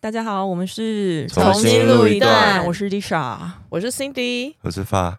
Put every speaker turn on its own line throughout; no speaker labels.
大家好，我们是
重新录一段
我是 Lisa。
我是 Cindy，
我是发，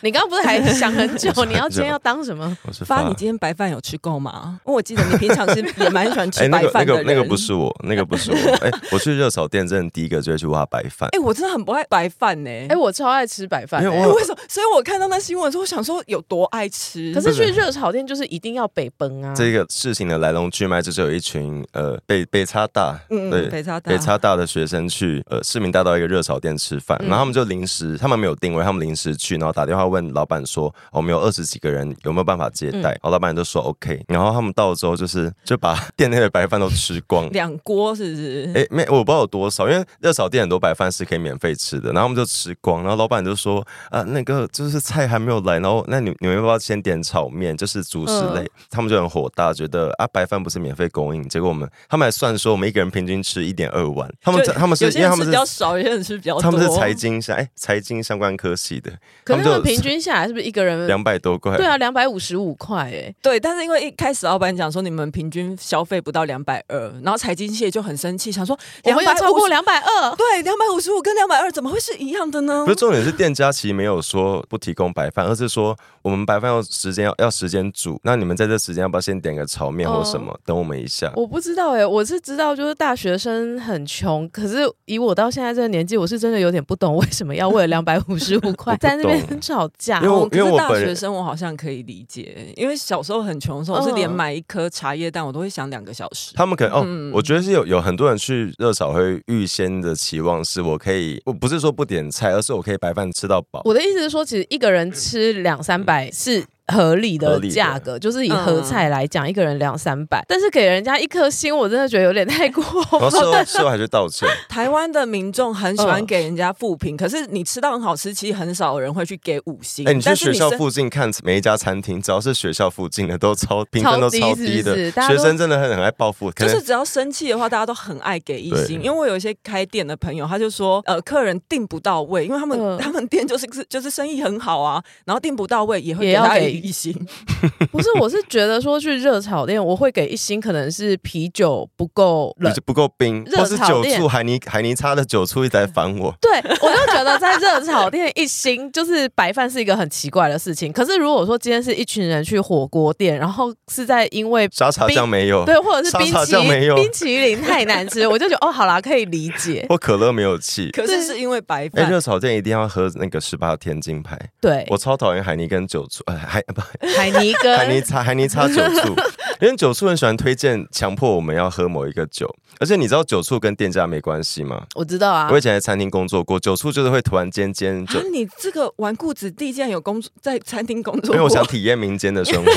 你刚刚不是 还想很久嗯
我想很？久
你要今天要当什么？
我是
发，你今天白饭有吃够吗？因为我记得你平常是也蛮喜欢
哎、
吃
那
白
个那
饭的
个
人。
那个不。是我，那个不是我。 哎、我去热炒店，真的第一个就会去挖白饭。
哎、我真的很不爱白饭呢、
哎、
哎、
我超爱吃白饭、
因为
欸
我，
为什么？所哎以我看到那新闻的时候，我想说有多爱吃。
可是去热炒店就是一定要北奔啊。
这个事情的来龙去脉，就是有一群呃北北差大，
嗯，
对
嗯，北差大，，
北差大的学生去呃市民大道一个热炒店吃饭，
嗯
然后他们就临时，他们没有定位，他们临时去，然后打电话问老板说，哦我们有二十几个人，有没有办法接待？
嗯
然后老板就说 OK，然后他们到之后就是就把店内的白饭都吃 光
两锅是不是？
哎、没，我不知道有多少，因为热炒店很多白饭是可以免费吃的，然后我们就吃光，然后老板就说啊，那个就是菜还没有来，然后那你你们要不要先点炒面，就是主食
嗯
类？他们就很火大，觉得啊白饭不是免费供应，结果我们他们还算说我们一个人平均吃一点二碗，他们
就
他们是
有
因
些
为
人
他
吃
们
比较
是
少，有些人吃比较多。
他们是财经相哎、财经相关科系的，
可是
他
他
们
们
就
平均下来是不是一个人？
两百多块，
对啊，两百五十五块哎。
对，但是因为一开始老板讲说你们平均消费不到两百二，然后财经系就很生气，想说
我
两
们
百
有超过两百二，
对，两百五十五跟两百二怎么会是一样的呢
不？是重点是店家其实没有说不提供白饭，而是说我们白饭要时间要要时间煮，那你们在这时间要不要先点个炒面或
嗯
什么？等我们一下。
我不知道哎、我是知道，就是大学生很穷，可是以我到现在这个年纪，我是真的有点不懂为什么要为了两百五十五块
我不懂
在那边吵架
因为。我
哦可是
因为我
大
本人
学生我好像可以理解，因为小时候很穷的时候，我是连
嗯
买一颗茶叶蛋我都会想两个小时。
他们可能哦，
嗯
我觉得是有有很多人去热炒会预先的期望是我可以，我不是说不点菜，而是我可以白饭吃到饱。
我的意思是说，其实一个人吃两三百是。合理
嗯合
的
理的
价格，就是以合菜来讲，一个人两三百，但是给人家一颗星，我真的觉得有点太过
然后
分。
事后事后还去道 歉，
台湾的民众很喜欢
嗯
给人家负评，可是你吃到很好吃，其实很少人会去给五星。
哎、你去
但是
学校
生
附近看每一家餐厅，只要是学校附近的都超评分都超低
超低是
的，
不是大家
学
都
生真的很很爱报复，可
就
能
是只要生气的话，大家都很爱给一星。
对
因为我有一些开店的朋友，他就说，呃，客人订不到位，因为他们、
嗯
他们店就是就是生意很好啊，然后订不到位也会
也
给
要
他
给
一 星。
不是，我是觉得说去热炒店，我会给一星，可能是啤酒不够冷
就。是不够冰，
热
或是
炒
酒
店
醋海尼海尼差的酒醋一直在烦我。
对，我就觉得在热炒店一星就是白饭是一个很奇怪的事情。可是如果说今天是一群人去火锅店，然后是在因为
沙茶酱没有，
对，或者是
沙
冰
茶
淇
酱没有
冰淇淋太难吃，我就觉得哦，好啦，可以理解。
或可乐没有 气。
可是是因为白
哎，
饭，
热炒店一定要喝那个十八天金牌，
对，
我超讨厌海尼跟酒醋，呃，海不
海尼 哥，
海尼茶海尼茶酒 醋，因为酒醋很喜欢推荐，强迫我们要喝某一个酒，而且你知道酒醋跟店家没关系吗？
我知道啊
我，以前在餐厅工作过，酒醋就是会突然间煎酒
啊，，你这个纨绔子弟竟然有工作在餐厅工作
因为
过，
我想体验民间的 生活。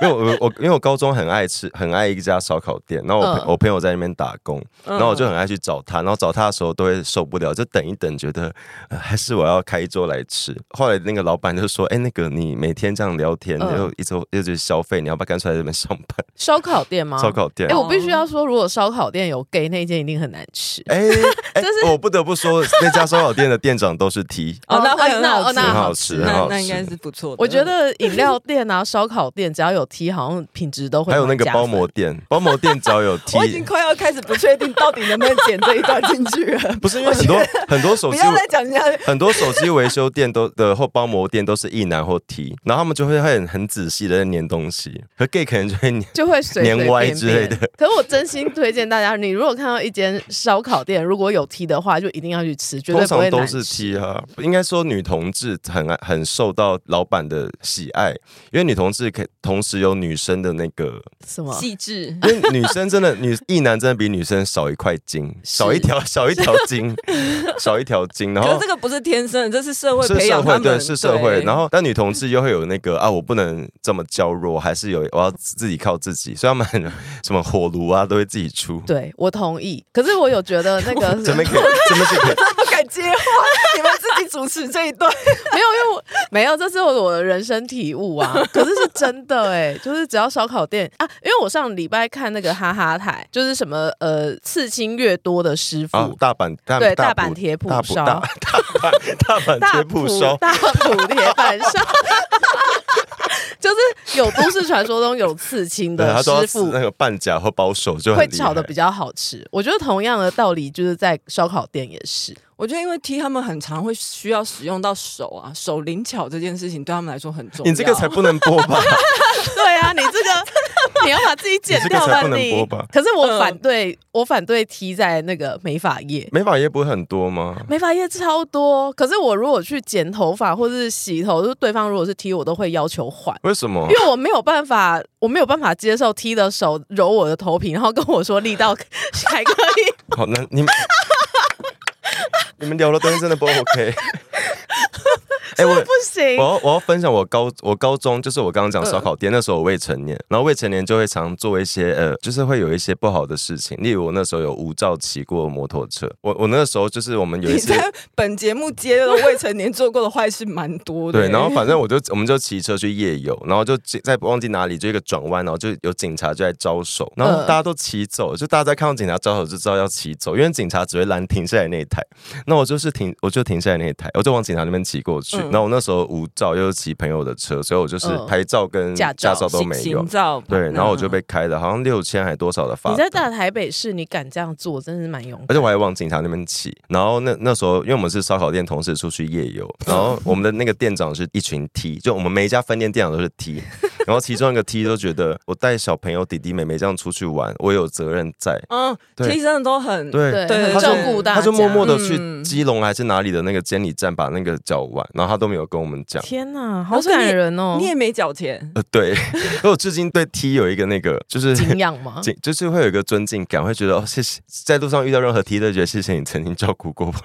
没有，因为我我因为我高中很爱吃，很爱一家烧烤店，然后我、
嗯
朋我朋友在那边打工，
嗯
然后我就很爱去找他，然后找他的时候都会受不了，就等一等，觉得、呃还是我要开一桌来吃。后来那个老板就说：“哎、那个你每天这样聊天，
嗯
然后一周一直消费，你要不要干脆来这边上班
烧烤店
啊
吗？
烧。烤店
哎、我必须要说，如果烧烤店有 gay 那间，一定很难吃？”。
哎、 哎、我不得不说，那家烧烤店的店长都 是 T，
哦，那会
哦
很
那
好
哦
吃，
那
很好吃很
那
好
那应该
吃。
是不错的。
我觉得饮料店啊、烧烤店，只要有 T，好像品质都会
还有那个
加分
包膜店，包膜店只要有 T，。
我已经快要开始不确定到底能不能剪这一段进去了
不是因为很 多很多手
不
机
要再讲人家，
很多手机维修店都的或包膜店都是一男或 T，然后他们就会很很仔细的在粘东西，可 gay 可能就会粘。
就会随随便
年歪之类的
便。可我真心推荐大家，你如果看到一间烧烤店如果有 T 的话，就一定要去吃，绝
通
对不
常
会
都
难
是
吃。
T 哈、应该说女同志很爱很受到老板的喜爱，因为女同志可以同时有女生的那个，
什么？
细致。
因为女生真的女一男真的比女生少一块筋，
是
少一条少 一条筋，少一条筋，然
可
后
是这个不是天生的，这是社会
是
培
社
养他
会，
们
对，是社会。
对
然后，但女同志又会有那个啊，我不能这么娇弱，还是有我要自己靠自己。所以他们很 什么火炉啊，都会自 己出。
对我同意。可是我有觉得那 个
这边可以，这边是可以。
不敢接话，你们自己主持这一段。
没有，因为我没有，这是我的人生体悟啊。 可是是真的哎、就是只要烧烤店啊，因为我上礼拜看那个哈哈台，就是什么呃刺青越多的师傅。
啊，大阪大
对
大
大阪
埔
铁普
大埔
烧
大 大阪大阪
大
铁普烧，
大埔铁板烧，就是有都市传说中有刺青
对，
的
他说要
师
吃
傅
那个半甲或包手就很
会
厉
炒的
害
比较好吃。我觉得同样的道理就是在烧烤店也 是，
我觉得因为踢他们很常会需要使用到手啊，手灵巧这件事情对他们来说很重要。
你这个才不能播 吧？
对啊，你这个 你要把自己剪
你这个
掉
才
吧
不能
你
播吧。
可是我
嗯
反对，我反对踢在那个美发业。
美发业不会很多吗？
美发业超多，可是我如果去剪头发或是洗头，就是对方如果是踢，我都会要求换，
为什么
因？为我没有办法，我没有办法接受踢的手揉我的头皮，然后跟我说力道还可 以，
好难， 你们你们聊的东西真的不 OK。哎、我
不行
我。要我要分享我高我高中就是我刚刚讲
嗯
烧烤店、那时候我未成年，然后未成年就会常做一些呃，就是会有一些不好的事情，例如我那时候有无照骑过摩托车，我我那时候就是我们有一
你
次。
在本节目接了未成年做过的坏事蛮多的欸、
对，然后反正我就 我们就骑车去夜游，然后就在忘记哪里就一个转弯，然后就有警察就在招手，然后
嗯
大家都骑走，就大家在看到警察招手就知道要骑走，因为警察只会拦停下来那一台。那我就是停，我就停下来那一台，我就往警察那边骑过去。
嗯
然后我那时候无照又是骑朋友的车，所以我就是
嗯
牌照跟
驾
驾
照
照都
行
没有
行。照吧，
对，然后我就
嗯
被开了，好像六千还多少的罚
你
单
在。大台北市，你敢这样做，真是蛮勇敢。
而且我还往警察那边骑，然后那那时候因为我们是烧烤店同事出去夜游，然后我们的那个店长是一群 T，就我们每一家分店店长都是 T，然后其中一个 T 都觉得我带小朋友弟弟妹妹这样出去玩，我有责任在，
嗯，
对
踢真的都很
对
嗯对，
对
很
他
照
就
顾大家。
呃他就默默的去
嗯
基隆还是哪里的那个监理站把那个缴完，然后他都没有跟我们讲。
天哪，好
可是你
感人哦！
你也没缴钱，
呃，对， 因为我至今对 T 有一个那个就是
敬仰吗？
敬就是会有一个尊敬感，会觉得哦，谢谢，在路上遇到任何题都觉得谢谢你曾经照顾过我。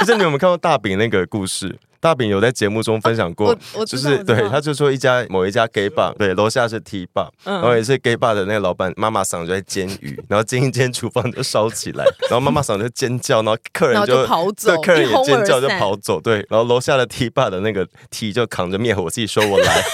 就是你有没有看过大饼那个故事？大饼有在节目中分享过，
哦我我知
就是
道我知道
对，他就说一家某一家 gay bar，对，楼下是 T bar，、然后
嗯，
也是 gay bar 的那个老板妈妈桑就在煎鱼，然后煎一煎厨房就烧起来，然后妈妈桑就尖叫，然后客
然
人
后
就
就跑走，
对，客人
一
也
哄
尖
而
叫就
散。
跑走，对，然后楼下的 T 爸的那个 T 就扛着灭火器说：“我来。”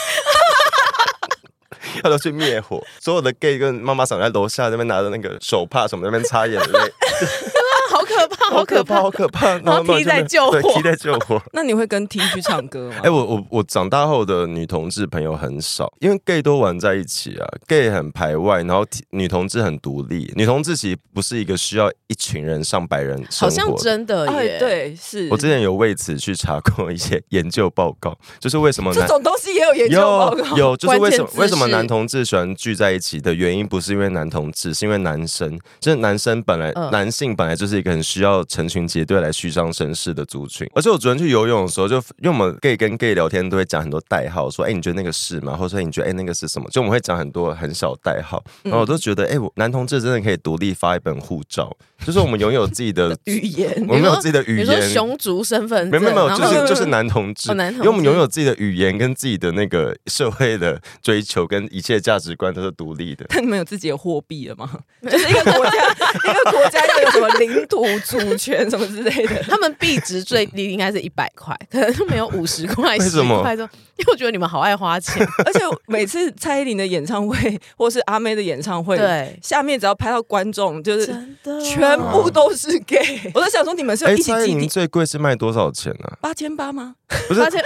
他都去灭火，所有的 gay 跟妈妈桑在楼下那边拿着那个手帕什么，那边擦眼泪，
好可怕， 好可 怕！
好可怕！然
然后
后妈妈
T
就
在
那
救
对
火
，T 在救 火。
那你会跟 T 去唱歌吗？
哎、我我我长大后的女同志朋友很少，因为 gay 都玩在一起啊，gay 很排外，然后 T- 女同志很独立，女同志其实不是一个需要一群人上百人生
好
活
像
的
真的耶，
哎，，对，是
我之前有为此去查过一些研究报告，就是为什么
这
男
种东西也有研究报
有
告，
有，就是为什么
关键姿势
为什么男同志喜欢聚在一起的原因，不是因为男同志，是因为男生，就是男生本来、
嗯
男性本来就是一个很需要成群结队来虚张声势的族群。而且我昨天去游泳的时候，就因为我们 gay 跟 gay 聊天都会讲很多代号，说哎、你觉得那个是吗？或者说哎你觉得哎、那个是什么？就我们会讲很多很小代号，然后我都觉得哎、我男同志真的可以独立发一本护照，就是我们拥有自己的
语言。
我们有自己的语
你说
言。
熊族身份
没有
证，
没有没有，
嗯然
就
后
是就是男同志，
哦男同
因
志
为我们拥有自己的语言跟自己的那个社会的追求跟一切价值观都是独立的。
那你们有自己的货币了吗？ 就是一个国家， 一个国家要有什么领土主权什么之类 的。
他们币值最低应该是一百块，可能就没有五十块、
为
十
什么
块的，因为我觉得你们好爱花钱，
而且每次蔡依林的演唱会，或是阿妹的演唱会，
对，
下面只要拍到观众，就是
真的
全部都是 gay。我在 想说，你们是有
哎，
一起
蔡依
集
林
体
最贵是卖多少钱呢、
八千八吗？
不是
发，现，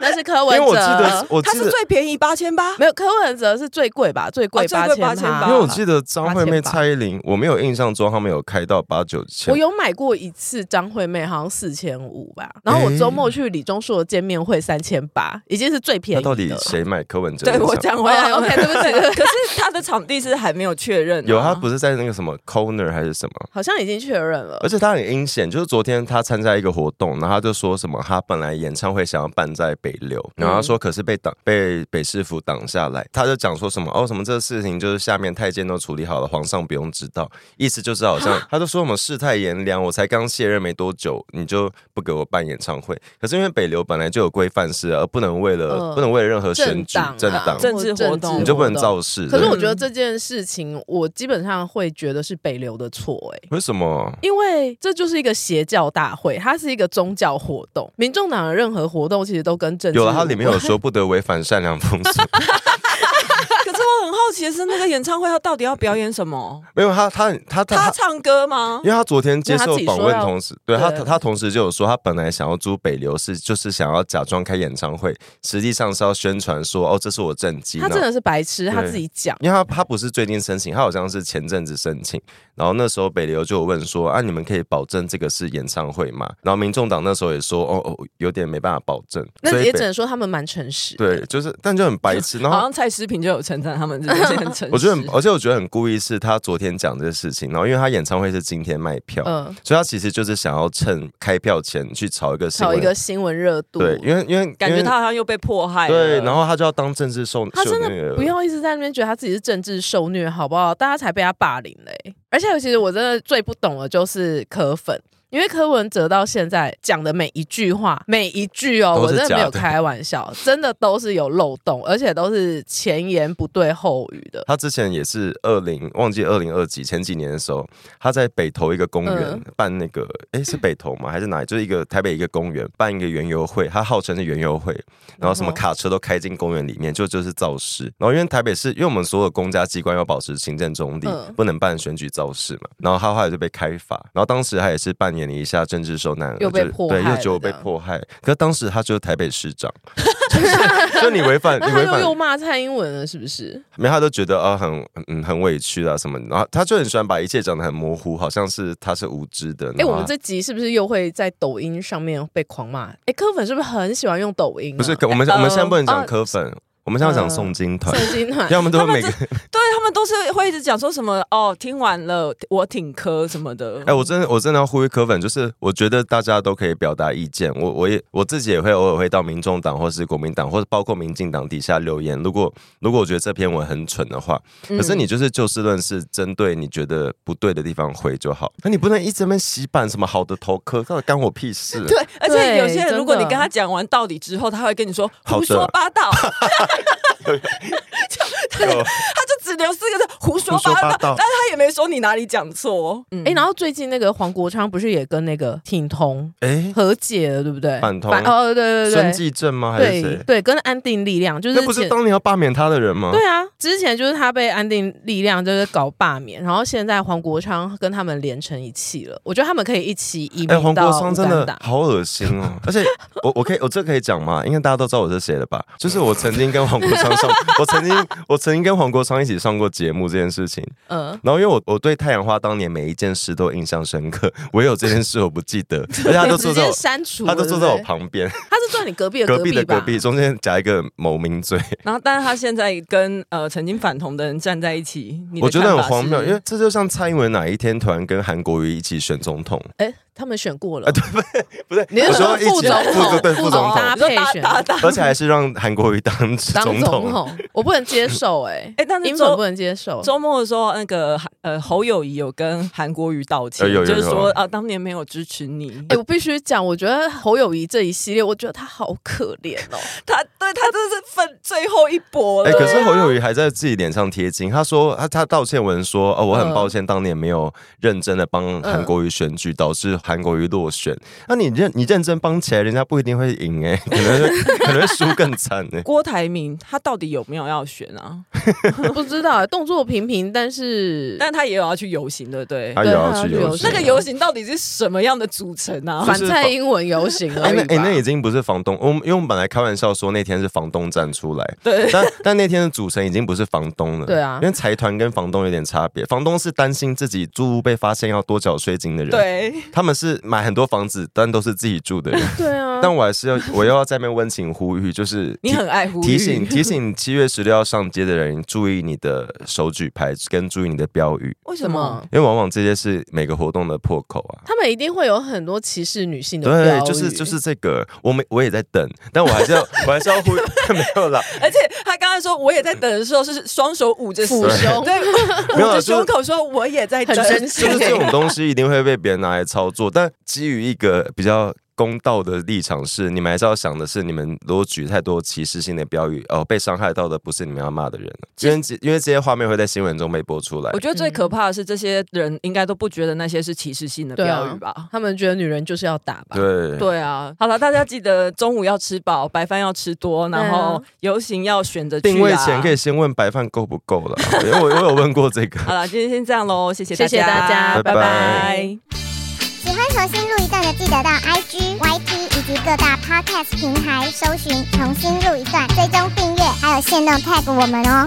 那是柯
因
文
为
哲，
我记得我
它
记
是
得，
最便宜八千八，
没有柯文哲是最贵吧，最贵
哦最贵
八千
8800
因为我记得张惠妹、蔡依林，我没有印象中他们有开到八九千
我。有买过一次张惠妹，好像四千五吧。然后我周末去李钟硕的见面会，三千八，已经是最
那
便宜的。
到底谁买柯文哲的
对
演唱会？
我讲回来
哦
，OK，
，OK，
对不对？可是他的场地是还没有确认啊，
有他不是在那个什么 corner 还是什么？
好像已经确认了
而。且他很阴险，就是昨天他参加一个活动，然后他就说什么，他本来演唱会想要办在北流，
嗯
然后他说可是被挡被北市府挡下来，他就讲说什么哦什么这个事情就是下面太监都处理好了，皇上不用知道，意思就是好 像他就说我们世态炎凉，我才刚卸任没多久，你就不给我办演唱会，可是因为北流本来就有规范是，而不能为了、
嗯
不能为了任何选
政
举
党啊、
政党，
政治活动
你就不能。造势，
可是
对
我觉得这件事情，我基本上会觉得是北流的错、欸，
为什么？
因为这就是一个邪教大会，它是一个宗教活动。民众党的任何活动其实都跟政治
有了，
无
它里面有
关
说不得违反善良风俗，
可是我很好好奇的是，那个演唱会他到底要表演什么？
没有他他他
他唱歌吗
因？为他昨天接受访
哦因为
问
他自己说，要
同时对他
对
他同时就有说，他本来想要租北流是就是想要假装开演唱会，实际上是要宣传说哦，这是我政绩。
他真的是白痴，
对
他自己讲。
因为他他不是最近申请，他好像是前阵子申请，然后那时候北流就有问说啊，你们可以保证这个是演唱会吗？然后民众党那时候也说哦哦，有点没办法保证，
那
所以
也
北
只能说他们蛮诚实。
对，，就是但就很白痴，然
好
后
像蔡诗萍就有称赞他们这件事很诚实。
我觉得很，而且我觉得很故意是他昨天讲这个事情，然后因为他演唱会是今天卖票，
嗯，
所以他其实就是想要趁开票前去炒一个新
炒
闻
一个新闻热度。
对，因为因为
感
因
觉
为
他好像又被迫害了。
对，然后他就要当政治受
他真
受虐
的
了
不要一直在那边觉得他自己是政治受虐，好不好？大家才被他霸凌嘞、而且其实我真的最不懂的就是柯粉。因为柯文哲到现在讲的每一句话，每一句哦，
都
我
是
真的没有
假的
开玩笑，真的都是有漏洞，而且都是前言不对后语的。
他之前也是二零忘记二零二几前几年的时候，他在北投一个公园
嗯
办那个，诶，是北投吗？还是哪里？就是一个台北一个公园办一个园游会，他号称是园游会，然后
嗯
什么卡车都开进公园里面，就就是造势。然后因为台北市，因为我们所有公家机关要保持行政中立，
嗯
不能办选举造势嘛。然后他后来就被开罚，然后当时他也是扮演了一下政治受难儿，
又被
就
迫
对，
害
又
了
就被
这样
迫害。可当时他就是台北市 长，就是就你违反，
那
你
他
违
又
反
又骂蔡英文了，是不是？
没有，他都觉得啊、呃很嗯很委屈啊什么的，然后他就很喜欢把一切讲得很模糊，好像是他是无知的。
哎、
然后
我们这集是不是又会在抖音上面被狂骂？哎、柯粉是不是很喜欢用抖音、啊？
不是我们
呃
我们现在不能讲
呃
科粉，我们现在要讲
呃
诵经团，
圣经团
因为，他们都会每个
对他们都是会一直讲说什么哦，听完了我挺磕什么的。
哎、我真的我真的要呼吁柯粉，就是我觉得大家都可以表达意见，我我也我自己也会偶尔会到民众党或是国民党或者包括民进党底下留言。如果如果我觉得这篇文很蠢的话，可
嗯
嗯
是你就是就事论事，针对你觉得不对的地方回就好。那你不能一直在那边洗版什么好的头科，到底干我屁事？
对，而且有些
真
人
的
如果你跟他讲完道理之后，他会跟你说
好的
胡说八道，他
有
就只留四个字胡说
胡说
八
八
道
道，
但是他也没说你哪里讲错。嗯
哎、，然后最近那个黄国昌不是也跟那个挺通
哎，
和解了，对不对？
反同
反哦，对
孙
对对
继正吗？还是
对，对
谁？
对，跟安定力量就是
那不是
前
当年要罢免他的人吗？
对啊，之前就是他被安定力量就是搞罢免，然后现在黄国昌跟他们连成一气了，我觉得他们可以一起移民
哎、
到
黄国昌真
乌干
的
达
好恶心哦！ 而且我我可以我这可以讲吗？应该大家都知道我是谁了吧？就是我曾经跟黄国昌上， 我曾经我曾经跟黄国昌一起上过节目这件事情。
嗯，
然后因为我我对太阳花当年每一件事都印象深刻，唯有这件事我不记 得，而且他都
直
坐在
接
我
删除了，
他都坐在我旁边，
对不对，他是坐在你隔壁的
隔壁的
吧？
隔壁中间夹一个某名嘴。
然后但是他现在跟呃曾经反同的人站在一起，你的
我觉得很
看法是哦
荒谬，因为这就像蔡英文哪一天突然跟韩国瑜一起选总统，
哎，他们选过了，
不是，
你是
我说
说
一起
副总
副对
统、
副总统，
哦搭配选
搭档。
而且还是让韩国瑜当
当
总
总
统。
统，我不能接受哎
哎，但是
英粉不
周
能接受，
周末的时候，那个呃侯友谊有跟韩国瑜道歉
呃，有有
就是
有
说啊当年没有支持你
哎、，我必须讲，我觉得侯友谊这一系列，我觉得他好可怜哦。
他对他真的是奋最后一搏
哎、
了。
可是侯友谊还在自己脸上贴金，他说他他道歉文说，哦，
嗯
我很抱歉当年没有认真的帮韩国瑜选举，导致韩国瑜落选。那、你认你认真帮起来，人家不一定会赢哎、 可能可能会输更惨哎、
郭台铭他到底有没有要选啊？
不知道、动作平平，但是
但他也有要去游行，对不 对？啊
他
对
有要
他
去
有
游
去
行
那个游行到底是什么样的组成啊？
反蔡英文游行而
哎、
已
那
吧。
哎、那已经不是房东，我们因为我们本来开玩笑说那天是房东站出来，
对，
但但那天的主持人已经不是房东了，
对啊
因为财团跟房东有点差别，房东是担心自己租屋被发现要多缴税金的人，，
对，
他们是买很多房子，但都是自己住的人，
对啊，
但我还是要我又要在那边温情呼吁，就是
你很爱呼吁
提醒提醒七月十六要上街的人注意你的手举牌跟注意你的标语，
为
什么？？
因为往往这些是每个活动的破口啊。
他们一定会有很多歧视女性的
对
标，语
就是就是这个，我们我也在等，但我还是要我还是要呼吁， 没有啦，
而且他刚才说我也在等的时候，是双手捂着
俯胸
对，
没有
捂
啊
着
就是
胸口说我也在等
很。真
就是
心。
这种东西一定会被别人拿来操作，但基于一个比较公道的立场是，你们还是要想的是，你们如果举太多歧视性的标语，哦、被伤害到的不是你们要骂的人，因为这因为这些画面会在新闻中被播出来
我。觉得最可怕的是，这些人应该都不觉得那些是歧视性的
嗯对啊
标语吧？
他们觉得女人就是要打吧？
对，
对啊，好了，大家记得中午要吃饱，白饭要吃多，
对啊
然后游行要选着去啦啊
定位前可以先问白饭够不够了，啊因为我我有问过这个。
好了，今天先这样喽，谢谢大家，
谢谢大家
拜
拜
拜
喜欢重新录一段的，记得到 IG、YT 以及各大 Podcast 平台搜寻“重新录一段”，追踪订阅，还有限定 tag 我们哦。